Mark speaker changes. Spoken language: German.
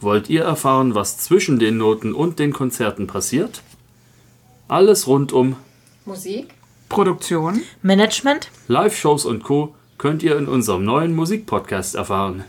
Speaker 1: Wollt ihr erfahren, was zwischen den Noten und den Konzerten passiert? Alles rund um
Speaker 2: Musik?
Speaker 3: Produktion.
Speaker 4: Management?
Speaker 1: Live-Shows und Co. könnt ihr in unserem neuen Musikpodcast erfahren.